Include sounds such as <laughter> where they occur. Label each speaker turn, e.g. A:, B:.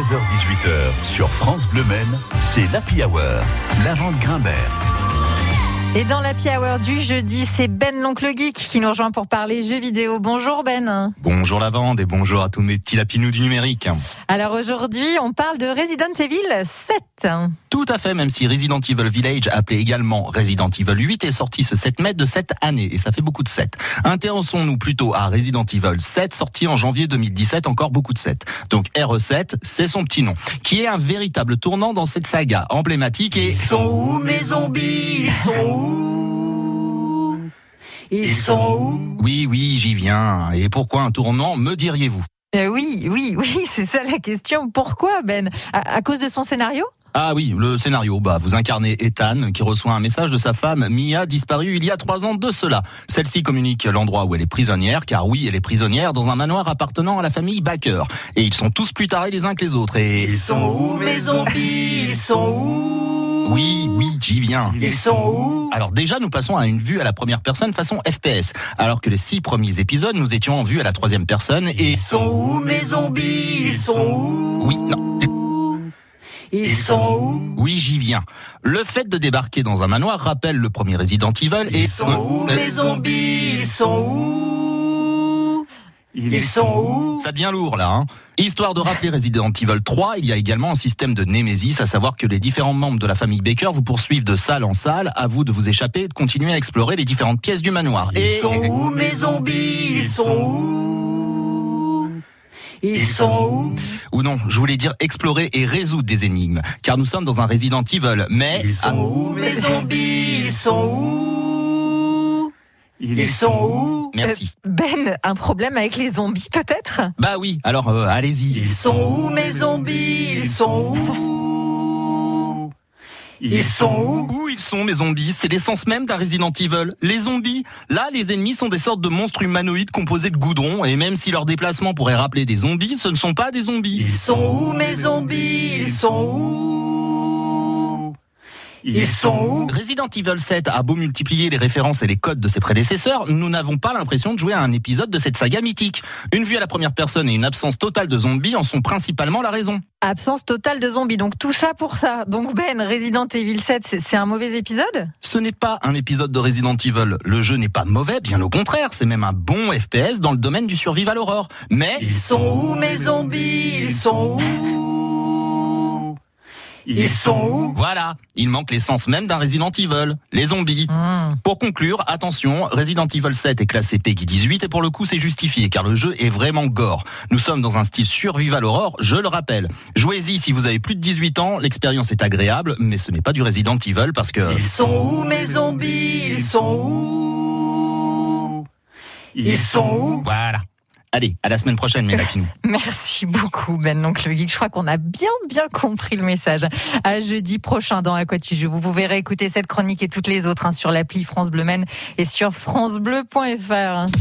A: 16h18h sur France Bleu Men, c'est l'Happy Hour, Lavande Grimbert.
B: Et dans la Hour du jeudi, c'est Ben l'oncle geek qui nous rejoint pour parler jeux vidéo. Bonjour Ben.
C: Bonjour Lavande et bonjour à tous mes petits lapinous du numérique.
B: Alors aujourd'hui, on parle de Resident Evil 7.
C: Tout à fait, même si Resident Evil Village, appelé également Resident Evil 8, est sorti ce 7 mai de cette année, et ça fait beaucoup de 7. Intéressons-nous plutôt à Resident Evil 7, sorti en janvier 2017, encore beaucoup de 7. Donc RE7, c'est son petit nom, qui est un véritable tournant dans cette saga emblématique et... Ils
D: sont où mes zombies Ils sont où ils sont où
C: Oui, oui, j'y viens. Et pourquoi un tournant, me diriez-vous
B: Euh, oui, oui, <laughs> oui, c'est ça la question. Pourquoi Ben à, à cause de son scénario
C: Ah oui, le scénario, bah, vous incarnez Ethan, qui reçoit un message de sa femme, Mia, disparue il y a trois ans de cela. Celle-ci communique l'endroit où elle est prisonnière, car oui, elle est prisonnière dans un manoir appartenant à la famille Baker. Et ils sont tous plus tarés les uns que les autres, et...
D: Ils sont où mes zombies Ils sont où
C: Oui, oui, j'y viens.
D: Ils sont où
C: Alors déjà, nous passons à une vue à la première personne façon FPS, alors que les six premiers épisodes, nous étions en vue à la troisième personne, et...
D: Ils sont où mes zombies Ils sont où
C: Oui, non,
D: Ils sont où
C: Oui, j'y viens. Le fait de débarquer dans un manoir rappelle le premier Resident Evil et... Euh,
D: Ils sont où mes zombies Ils sont où Ils sont où
C: Ça devient lourd là. Hein Histoire de rappeler Resident Evil 3, il y a également un système de Némésis, à savoir que les différents membres de la famille Baker vous poursuivent de salle en salle, à vous de vous échapper et de continuer à explorer les différentes pièces du manoir.
D: Ils
C: Et...
D: sont où mes zombies Ils sont où Ils sont où
C: Ou non, je voulais dire explorer et résoudre des énigmes, car nous sommes dans un Resident Evil, mais... ah,
D: Ils sont où mes zombies Ils sont où Ils sont où
C: Ah, merci.
B: Ben, un problème avec les zombies peut-être
C: Bah oui, alors euh, allez-y.
D: Ils sont où mes zombies Ils sont où Ils sont où
C: Où ils sont, mes zombies C'est l'essence même d'un Resident Evil. Les zombies Là, les ennemis sont des sortes de monstres humanoïdes composés de goudron, et même si leur déplacement pourrait rappeler des zombies, ce ne sont pas des zombies.
D: Ils sont où mes zombies Ils sont où Ils sont où
C: Resident Evil 7 a beau multiplier les références et les codes de ses prédécesseurs, nous n'avons pas l'impression de jouer à un épisode de cette saga mythique. Une vue à la première personne et une absence totale de zombies en sont principalement la raison.
B: Absence totale de zombies. Donc tout ça pour ça. Donc Ben, Resident Evil 7, c'est- c'est un mauvais épisode
C: Ce n'est pas un épisode de Resident Evil. Le jeu n'est pas mauvais, bien au contraire, c'est même un bon FPS dans le domaine du survival horror. Mais...
D: Ils sont où mes zombies Ils sont où Ils sont où
C: Voilà, il manque l'essence même d'un Resident Evil, les zombies. Pour conclure, attention, Resident Evil 7 est classé PEGI 18 et pour le coup c'est justifié car le jeu est vraiment gore. Nous sommes dans un style survival horror, je le rappelle. Jouez-y si vous avez plus de 18 ans, l'expérience est agréable, mais ce n'est pas du Resident Evil parce que...
D: Ils sont où mes zombies Ils sont où Ils sont où
C: Voilà. Allez, à la semaine prochaine mes lapinous.
B: <laughs> Merci beaucoup Ben, l'oncle geek. Je crois qu'on a bien bien compris le message. À jeudi prochain dans À quoi tu joues. Vous pouvez réécouter cette chronique et toutes les autres hein, sur l'appli France Bleu Men et sur francebleu.fr.